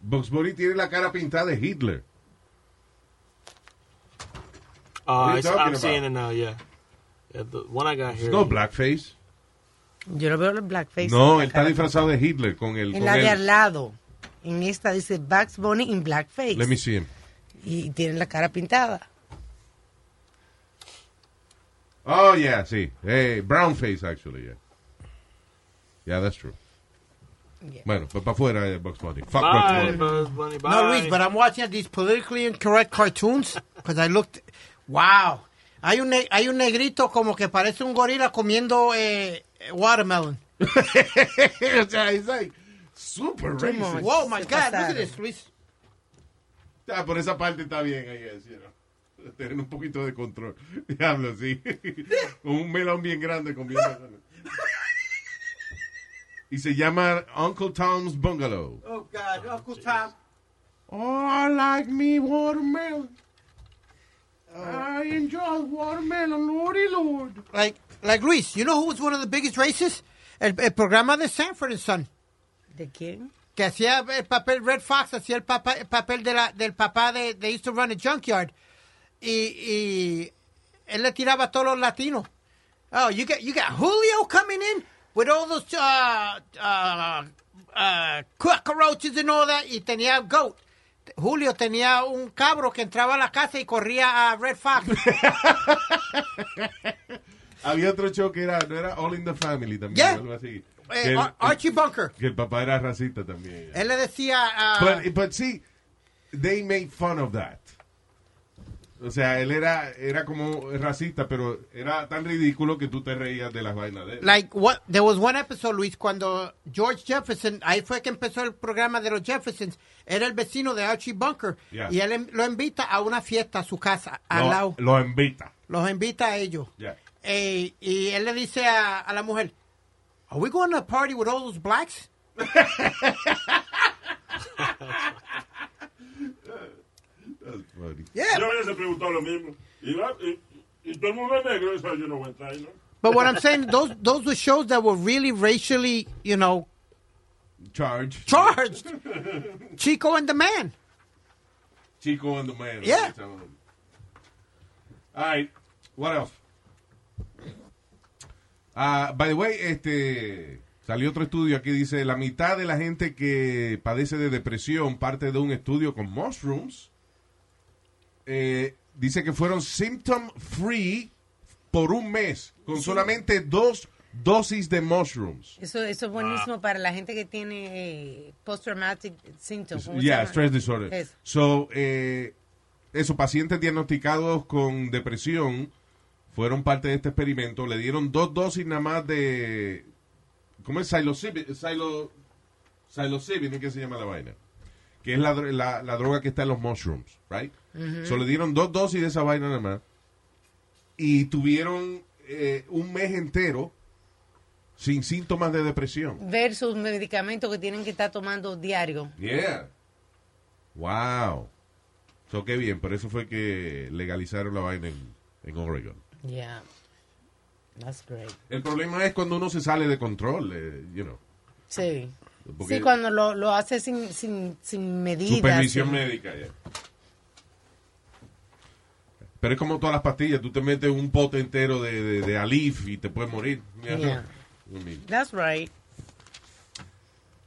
S5: Bugs Bunny tiene la cara pintada de Hitler.
S1: Uh,
S5: are you
S1: it's-
S5: talking
S1: I'm seeing
S5: about?
S1: it now. Yeah, yeah the one I got here.
S5: No blackface.
S8: Yo lo veo en blackface.
S5: No,
S8: la
S5: él está
S8: cara
S5: disfrazado de Hitler con el.
S8: pintada.
S5: Con
S8: En la de al
S5: el
S8: lado. En esta dice Box Bunny in blackface.
S5: let me see him.
S8: Y tiene la cara pintada.
S5: Oh, yeah, sí. Hey, brown face, actually, yeah. Yeah, that's true.
S8: Yeah.
S5: Bueno, pues para afuera eh, Bugs Bunny. Fuck Bugs
S1: Bye,
S5: Bunny.
S1: Bugs Bunny. Bye.
S7: No, Luis, but I'm watching these politically incorrect cartoons because I looked. Wow. Hay un, ne- hay un negrito como que parece un gorila comiendo eh, watermelon.
S5: (laughs) o sea, it's like super racist.
S7: Wow, my
S8: Se
S7: God, look at
S8: pasaron.
S7: this, Luis.
S5: Ah, por esa parte está bien, ahí es, you know. (laughs) Tener un poquito de control. (laughs) Diablo, sí. (laughs) con un melón bien grande comiendo. y se llama Uncle Tom's Bungalow.
S7: Oh, God, Uncle Tom.
S5: Oh, I like me watermelon. I enjoy watermelon, lordy lord.
S7: Like, like Luis, you know who was one of the biggest racists? El, el programa de Sanford and Son.
S8: ¿De quién?
S7: que hacía el papel Red Fox hacía el, papa- el papel de la, del papá de They used to run a junkyard y, y él le tiraba a todos los latinos oh you got you got Julio coming in with all those uh, uh, uh, cockroaches and all that y tenía goat Julio tenía un cabro que entraba a la casa y corría a Red Fox
S5: Había otro show que era, no era All in the Family también,
S7: Yeah.
S5: o algo así.
S7: Eh,
S5: que, el,
S7: Ar- Archie Bunker
S5: que el papá era racista también.
S7: él le decía uh,
S5: But, but see, they made fun of that. O sea, él era, era como racista, pero era tan ridículo que tú te reías de las vainas de él.
S7: Like what? There was one episode, Luis, cuando George Jefferson, ahí fue que empezó el programa de los Jeffersons. Era el vecino de Archie Bunker
S5: Yeah.
S7: y él em- lo invita a una fiesta a su casa al
S5: lo,
S7: lado.
S5: lo invita.
S7: Los invita a ellos.
S5: Yeah.
S7: Eh, y él le dice a, a la mujer, "Are we going to a party with all those blacks?"
S5: That's funny.
S7: Yeah.
S4: Yo hubiese preguntado lo mismo. Y, la- y- y todo el mundo es negro, eso yo no voy a entrar, ¿no?
S7: But what I'm saying, those those were shows that were really racially, you know,
S5: Charge. (laughs)
S7: charged. Chico and the Man.
S5: Chico and the man.
S7: Yeah.
S5: All right. What else? Ah, by the way, este salió otro estudio aquí dice la mitad de la gente que padece de depresión parte de un estudio con mushrooms. Eh, dice que fueron symptom free por un mes con solamente dos dosis de mushrooms.
S8: Eso, eso es
S5: Ah.
S8: buenísimo para la gente que tiene eh, post-traumatic symptoms. ¿cómo se
S5: Yeah,
S8: llama?
S5: stress disorder.
S8: Eso.
S5: So, eh, esos pacientes diagnosticados con depresión fueron parte de este experimento. Le dieron dos dosis nada más de. ¿Cómo es? Psilocybin. Psilo, psilocybin, ¿qué se llama la vaina? Que es la, dro- la, la droga que está en los mushrooms, ¿right? So, le dieron dos dosis de esa vaina nada más. Y tuvieron eh, un mes entero sin síntomas de depresión.
S8: Versus medicamentos que tienen que estar tomando diario.
S5: Yeah. Wow. So, qué bien, por eso fue que legalizaron la vaina en, en Oregon.
S8: Yeah. That's great.
S5: El problema es cuando uno se sale de control, eh, you know.
S8: Sí.
S5: Porque-
S8: Sí, cuando lo, lo hace sin, sin, sin medidas.
S5: Supervisión
S8: sin-
S5: médica, ya. Pero es como todas las pastillas, tú te metes un pote entero de, de, de Alif y te puedes morir. You know?
S8: Yeah.
S5: I mean,
S8: That's right.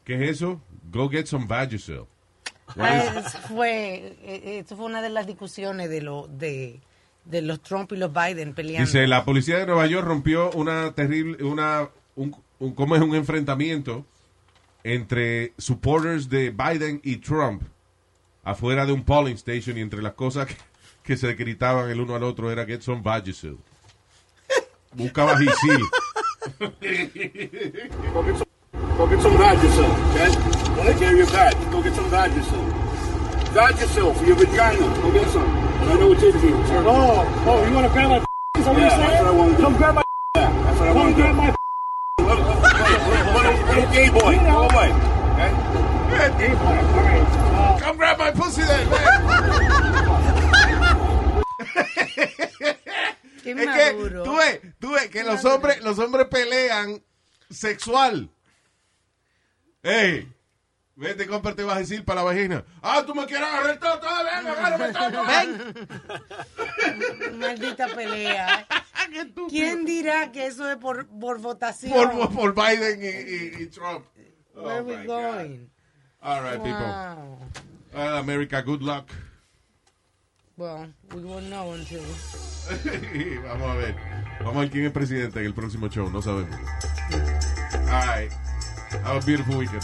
S5: ¿Qué es eso? Go get some Vagisil.
S8: Ah, eso fue, eh, eso fue una de las discusiones de, lo, de, de los Trump y los Biden peleando.
S5: Dice, la policía de Nueva York rompió una terrible, una, un, un- ¿cómo es? Un enfrentamiento entre supporters de Biden y Trump afuera de un polling station y entre las cosas que, que se gritaban el uno al otro era get some Vagisil. Busca Vagisil.
S3: Go get some God yourself, okay? When I gave you a badge, go get some God yourself. God yourself, your vagina. Go get some. And I know it's in for you. Sir.
S10: Oh, oh, you want to grab my Is that what
S3: yeah,
S10: you're saying?
S3: that's what I want to do.
S10: Come grab my
S3: Yeah, that's what I
S10: Come
S3: want to
S10: grab
S3: do.
S10: my
S3: Little, little, little, little gay boy. Go away, okay? Yeah, gay boy. All right.
S5: Come grab my pussy then, man.
S8: Qué
S5: es que
S8: maduro.
S5: tú ves, tú ves que los hombres, los hombres pelean sexual. Ey, vete, cómprate decir para la vagina. Ah, tú me quieres agarrar todo, todo, ven, agárrame todo. Ven. (laughs)
S8: Maldita pelea. ¿Quién dirá que eso es por, por votación?
S5: Por, por Biden y, y- y Trump. Oh,
S8: Where
S5: my
S8: we
S5: God.
S8: going?
S5: All right, people.
S8: Wow.
S5: Well, America, good luck. (laughs)
S8: Well, we won't know until.
S5: Vamos a ver. Vamos a ver quién es presidente en el próximo show. No sabemos. All right. Have a beautiful weekend.